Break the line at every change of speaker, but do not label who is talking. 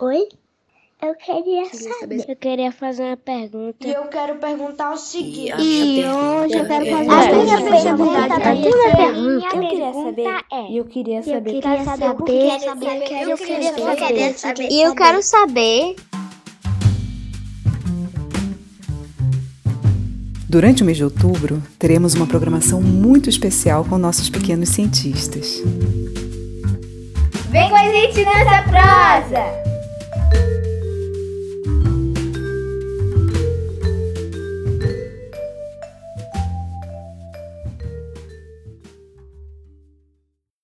Oi? Eu
Queria
queria
saber
saber.
se-
Eu queria fazer uma pergunta.
E eu quero perguntar o seguinte.
a
E
minha
hoje eu
pergunta
quero
é-
fazer
A
uma
primeira
pergunta. né? Tá
pergunta
A
da
minha
terceira
pergunta
linha, eu queria
é.
E eu queria
Eu
saber.
é
queria saber.
Eu
queria
queria saber.
saber
E eu quero saber.
Durante o mês de outubro, teremos uma programação muito especial com nossos pequenos cientistas.
Vem com a gente nessa prosa!